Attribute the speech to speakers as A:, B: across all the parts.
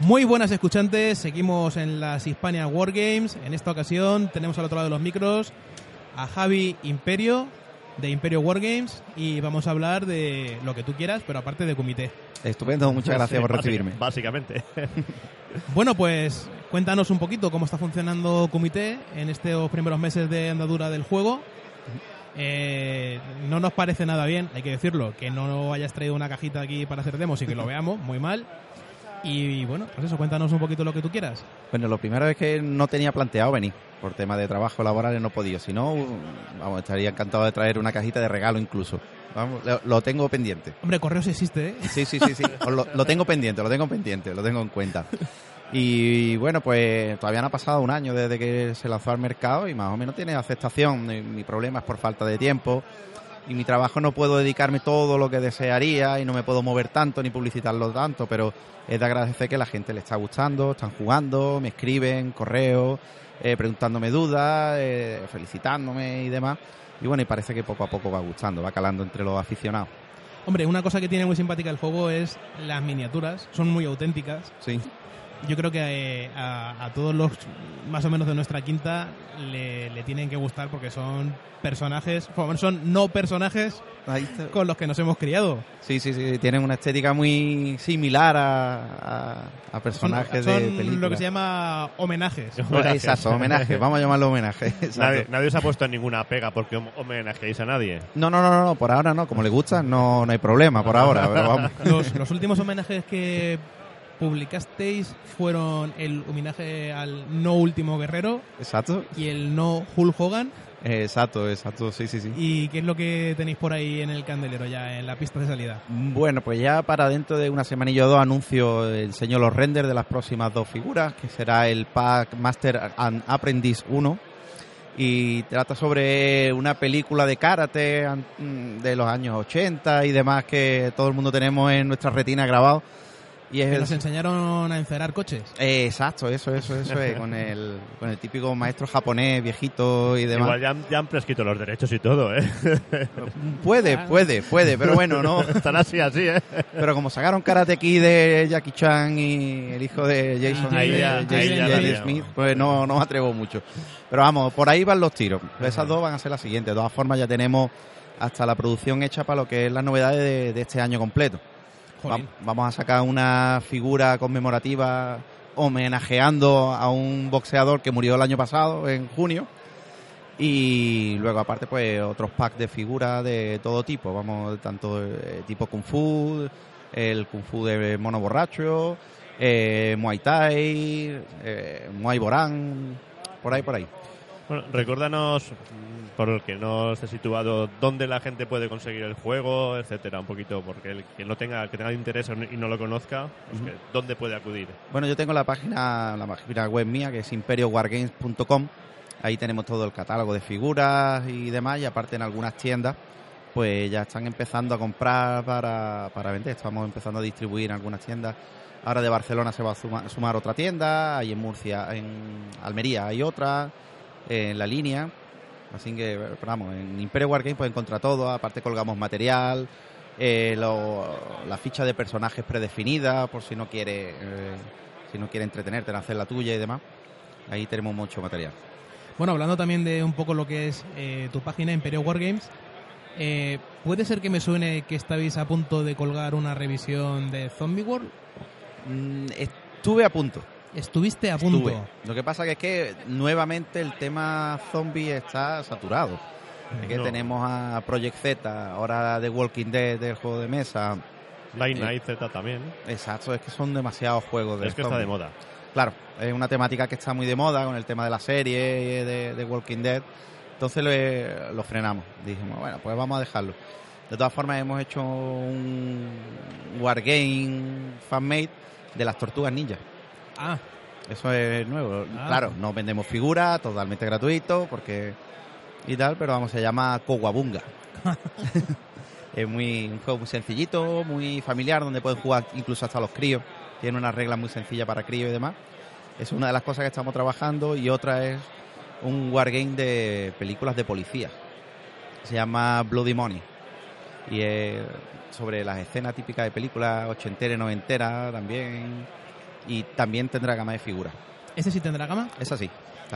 A: Muy buenas escuchantes, seguimos en las Hispania Wargames. En esta ocasión tenemos al otro lado de los micros a Javi Imperio de Imperio Wargames y vamos a hablar de lo que tú quieras, pero aparte de comité.
B: Estupendo, muchas gracias por
C: Básica-
B: recibirme.
C: Básicamente.
A: Bueno, pues cuéntanos un poquito cómo está funcionando Comité en estos primeros meses de andadura del juego. Eh, no nos parece nada bien, hay que decirlo, que no hayas traído una cajita aquí para hacer demos y que lo veamos, muy mal. Y bueno, pues eso, cuéntanos un poquito lo que tú quieras.
B: Bueno, lo primero es que no tenía planteado venir. Por tema de trabajo laboral no he podido. Si no, vamos, estaría encantado de traer una cajita de regalo incluso. Vamos, lo, lo tengo pendiente.
A: Hombre, correos existe, ¿eh?
B: Sí, sí, sí, sí. Os Lo, lo tengo pendiente, lo tengo pendiente, lo tengo en cuenta. Y bueno, pues todavía no ha pasado un año desde que se lanzó al mercado y más o menos tiene aceptación. Mi- Mi problema es por falta de tiempo y mi trabajo no puedo dedicarme todo lo que desearía y no me puedo mover tanto ni publicitarlo tanto, pero es de agradecer que la gente le está gustando, están jugando, me escriben, correos, eh, preguntándome dudas, eh, felicitándome y demás. Y bueno, y parece que poco a poco va gustando, va calando entre los aficionados.
A: Hombre, una cosa que tiene muy simpática el juego es las miniaturas, son muy auténticas.
B: Sí.
A: Yo creo que eh, a, a todos los más o menos de nuestra quinta le, le tienen que gustar porque son personajes, bueno, son no personajes
B: Ahí está.
A: con los que nos hemos criado.
B: Sí, sí, sí, tienen una estética muy similar a, a- a
A: Son,
B: personajes
A: son
B: de películas.
A: lo que se llama homenajes.
B: Exacto, homenaje, vamos a llamarlo homenaje. exacto.
C: Nadie, nadie se ha puesto en ninguna pega porque hom- homenajeéis a nadie.
B: No, no, no, no, no, por ahora no, como le gusta, no, no hay problema por ahora, pero vamos.
A: Los, los últimos homenajes que publicasteis fueron el homenaje al no último guerrero
B: Exacto,
A: y el no Hulk Hogan.
B: exacto, exacto, sí, sí, sí.
A: ¿Y qué es lo que tenéis por ahí en el candelero ya, en la pista de salida?
B: Bueno, pues ya para dentro de una semanilla o dos anuncio, eh, enseño los renders de las próximas dos figuras, que será el Pack Master and Apprentice 1. Y trata sobre una película de karate an- mm, de los años 80 y demás que todo el mundo tenemos en nuestra retina grabado. Y
A: Que
B: es
A: nos enseñaron a encerar coches.
B: eh, exacto, eso, eso, eso, es, con, el, con el típico maestro japonés viejito y demás.
C: Igual ya han, ya han prescrito los derechos y todo, ¿eh?
B: Puede, puede, puede, pero bueno, no.
C: Están así, así, ¿eh?
B: Pero como sacaron Karate Kid de Jackie Chan y el hijo de Jason,
A: Ahí
B: de-
A: ya-
B: de
A: ahí
B: Jason-
A: ya la
B: Jaden
C: liamos.
B: Smith, pues no, no me atrevo mucho. Pero vamos, por ahí van los tiros. Esas dos van a ser las siguientes. De todas formas, ya tenemos hasta la producción hecha para lo que es las novedades de, de este año completo. Va-
A: Jolín.
B: vamos a sacar una figura conmemorativa homenajeando a un boxeador que murió el año pasado, en junio. Y luego, aparte, pues otros packs de figuras de todo tipo. Vamos, tanto eh, tipo Kung Fu, el Kung Fu de Mono Borracho, eh, Muay Thai, eh, Muay Boran, por ahí, por ahí.
C: Bueno, recuérdanos, mm, por el que no esté situado, dónde la gente puede conseguir el juego, etcétera, un poquito, porque el que no tenga, el que tenga interés y no lo conozca, pues que- dónde puede acudir.
B: Bueno, yo tengo la página, la página web mía, que es imperiowargames.com. Ahí tenemos todo el catálogo de figuras y demás, y aparte en algunas tiendas, pues ya están empezando a comprar para, para vender. Estamos empezando a distribuir en algunas tiendas. Ahora de Barcelona se va a suma- sumar otra tienda, hay en Murcia, en Almería hay otra, en la línea. Así que, pero vamos, en Imperio Wargames pueden encontrar todo, aparte colgamos material, eh, lo- la ficha de personajes predefinida por si no quiere eh, si no quiere entretenerte en hacer la tuya y demás ahí tenemos mucho material
A: Bueno, hablando también de un poco lo que es eh, tu página Imperio Wargames, eh, ¿puede ser que me suene que estabais a punto de colgar una revisión de Zombie World?
B: Mm, estuve a punto
A: Estuviste a punto.
B: estuve. lo que pasa que es que nuevamente el tema zombie está saturado Es que
C: No.
B: tenemos a Project Z ahora The Walking Dead del juego de mesa
C: Light
B: Sí.
C: Night Z también.
B: exacto es que son demasiados juegos de
C: Es que está de
B: zombie.
C: moda.
B: Claro, es una temática que está muy de moda con el tema de la serie eh, de, de Walking Dead. Entonces lo, eh, lo frenamos. Dijimos, bueno, pues vamos a dejarlo. De todas formas, hemos hecho un wargame fanmade de las tortugas ninjas.
A: Ah,
B: Eso es nuevo.
A: Ah.
B: Claro, no vendemos figuras, totalmente gratuito, porque. y tal, pero vamos, se llama Cowabunga. es muy, un juego muy sencillito, muy familiar, donde pueden jugar incluso hasta los críos. Tiene unas reglas muy sencillas para críos y demás. Es una de las cosas que estamos trabajando y otra es un wargame de películas de policía. Se llama Bloody Money. Y es sobre las escenas típicas de películas ochentera y noventera también. Y también tendrá gama de figuras.
A: ese sí tendrá gama.
B: Es así.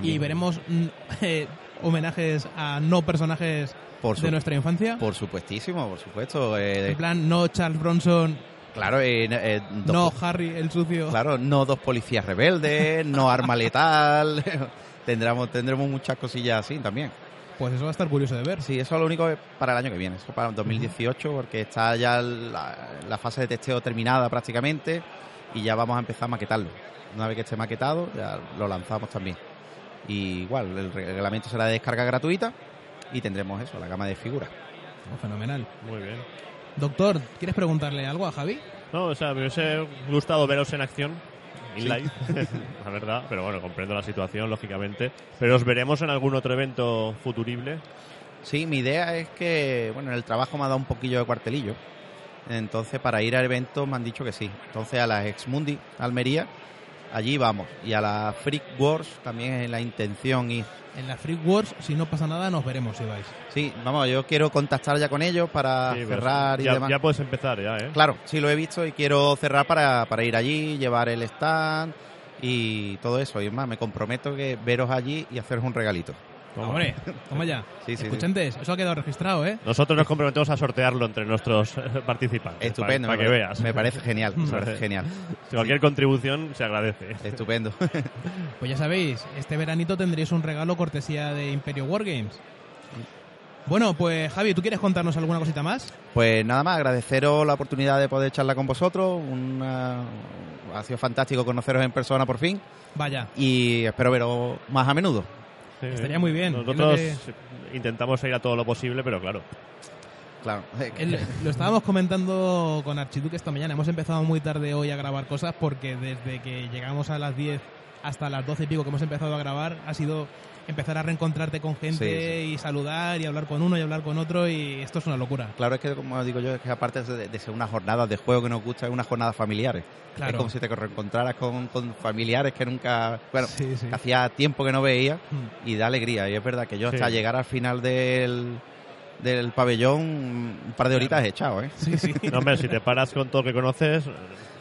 A: Y veremos mm, eh, homenajes a no personajes
B: por su-
A: de nuestra infancia.
B: Por supuestísimo, por supuesto. eh,
A: En plan, no Charles Bronson,
B: claro, eh, eh, dos
A: no
B: po-
A: Harry el sucio.
B: claro, no dos policías rebeldes, no arma letal. tendremos, tendremos muchas cosillas así también.
A: Pues eso va a estar curioso de ver.
B: Sí, eso es lo único para el año que viene, eso para el 2018, porque está ya la, la fase de testeo terminada prácticamente y ya vamos a empezar a maquetarlo. Una vez que esté maquetado, ya lo lanzamos también. Y igual, el reglamento será de descarga gratuita y tendremos eso, la gama de figuras.
A: Oh, fenomenal.
C: Muy bien.
A: Doctor, ¿quieres preguntarle algo a Javi?
C: No, o sea, me hubiese gustado veros en acción, in live, la verdad, pero bueno, comprendo la situación, lógicamente. Pero os veremos en algún otro evento futurible.
B: Sí, mi idea es que, bueno, en el trabajo me ha dado un poquillo de cuartelillo. Entonces, para ir a eventos me han dicho que sí. Entonces, a las Exmundi Almería, allí vamos. Y a la Freak Wars también es la intención ir.
A: En la Free Wars, si no pasa nada, nos veremos si vais.
B: Sí, vamos, yo quiero contactar ya con ellos para
C: Sí, pues,
B: cerrar y
C: ya,
B: demás.
C: ya puedes empezar, ya, ¿eh?
B: Claro, sí lo he visto y quiero cerrar para, para ir allí, llevar el stand y todo eso. Y es más, me comprometo que veros allí y haceros un regalito.
C: Toma.
A: Hombre, toma ya.
B: Sí, sí, sí.
A: Escuchantes, eso ha quedado registrado, ¿eh?
C: Nosotros nos comprometemos a sortearlo entre nuestros eh, participantes.
B: Estupendo.
C: Para,
B: me
C: que
B: pare-
C: veas.
B: Me parece genial, me parece genial.
C: Si cualquier contribución se agradece.
B: Estupendo.
A: Pues ya sabéis, este veranito tendréis un regalo cortesía de Imperio Wargames. Bueno, pues Javi, ¿tú quieres contarnos alguna cosita más?
B: Pues nada más, agradeceros la oportunidad de poder charlar con vosotros. Una- Ha sido fantástico conoceros en persona por fin
A: Vaya,
B: y espero veros más a menudo.
C: Sí.
A: Estaría muy bien.
C: Nosotros
A: Es
C: intentamos ir a todo lo posible, pero claro.
B: Claro.
A: el- lo estábamos comentando con Archiduque esta mañana. Hemos empezado muy tarde hoy a grabar cosas porque desde que llegamos a las 10 hasta las 12 y pico que hemos empezado a grabar ha sido empezar a reencontrarte con gente y saludar y hablar con uno y hablar con otro y esto es una locura.
B: Claro, es que como digo yo, es que aparte de, de ser unas jornadas de juego que nos gusta, es unas jornadas familiares.
A: Claro.
B: Es como si te reencontraras con, con familiares que nunca, bueno,
A: Sí, sí.
B: que hacía tiempo que no veía
A: Mm.
B: y da alegría. Y es verdad que yo hasta
C: Sí.
B: llegar al final del, del pabellón, un par de horitas he echado, ¿eh?
A: Sí, sí.
C: No, hombre, si te paras con todo lo que conoces,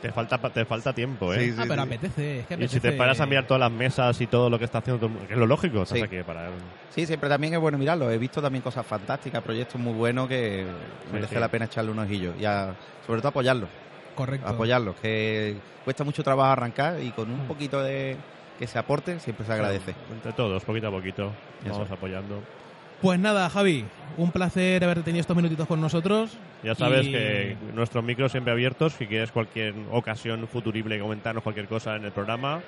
C: te falta, te falta tiempo, ¿eh?
B: Sí, sí,
A: ah, pero apetece, es que
C: Y si
A: apetece.
C: te paras a mirar todas las mesas y todo lo que está haciendo todo el mundo, que es lo lógico, o sea,
B: Sí.
C: hay que parar.
B: Sí, siempre también es bueno mirarlo. He visto también cosas fantásticas, proyectos muy buenos que merece
C: sí.
B: la pena echarle un ojillo. Y a- sobre todo apoyarlos,
A: Correcto.
B: apoyarlos, que cuesta mucho trabajo arrancar y con un poquito de que se aporte siempre se agradece.
C: Entre todos, poquito a poquito,
B: Eso.
C: vamos apoyando.
A: Pues nada, Javi, un placer haber tenido estos minutitos con nosotros.
C: Ya sabes
A: Y-
C: que nuestros micros siempre abiertos, si quieres cualquier ocasión futurible comentarnos cualquier cosa en el programa,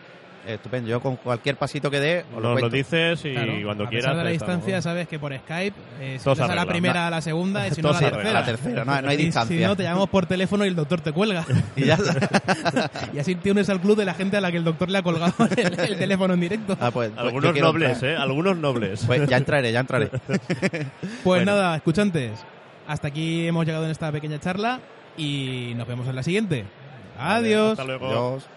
B: Estupendo. Yo con cualquier pasito que dé, os lo
C: nos lo
B: cuento. Pues
C: dices y
A: claro,
C: cuando
A: a
C: quieras.
A: pesar de la
C: ahí estamos.
A: distancia, sabes que por Skype, eh, si
C: Todo se
A: no es a la
C: arregla.
A: primera, a la segunda, y si no,
C: Todo
A: a
C: se
A: la
C: arregla.
A: tercera.
B: A la tercera, no, no hay
A: Y
B: distancia.
A: Si no, te llamamos por teléfono y el doctor te cuelga.
B: Y ya-
A: y así te unes al club de la gente a la que el doctor le ha colgado el, el teléfono en directo.
B: Ah, pues, pues yo
C: Algunos
B: quiero
C: nobles,
B: entrar.
C: ¿eh? Algunos nobles.
B: Pues ya entraré, ya entraré.
A: Pues
C: Bueno.
A: nada, escuchantes, hasta aquí hemos llegado en esta pequeña charla y nos vemos en la siguiente. Adiós.
C: Hasta luego.
B: Adiós.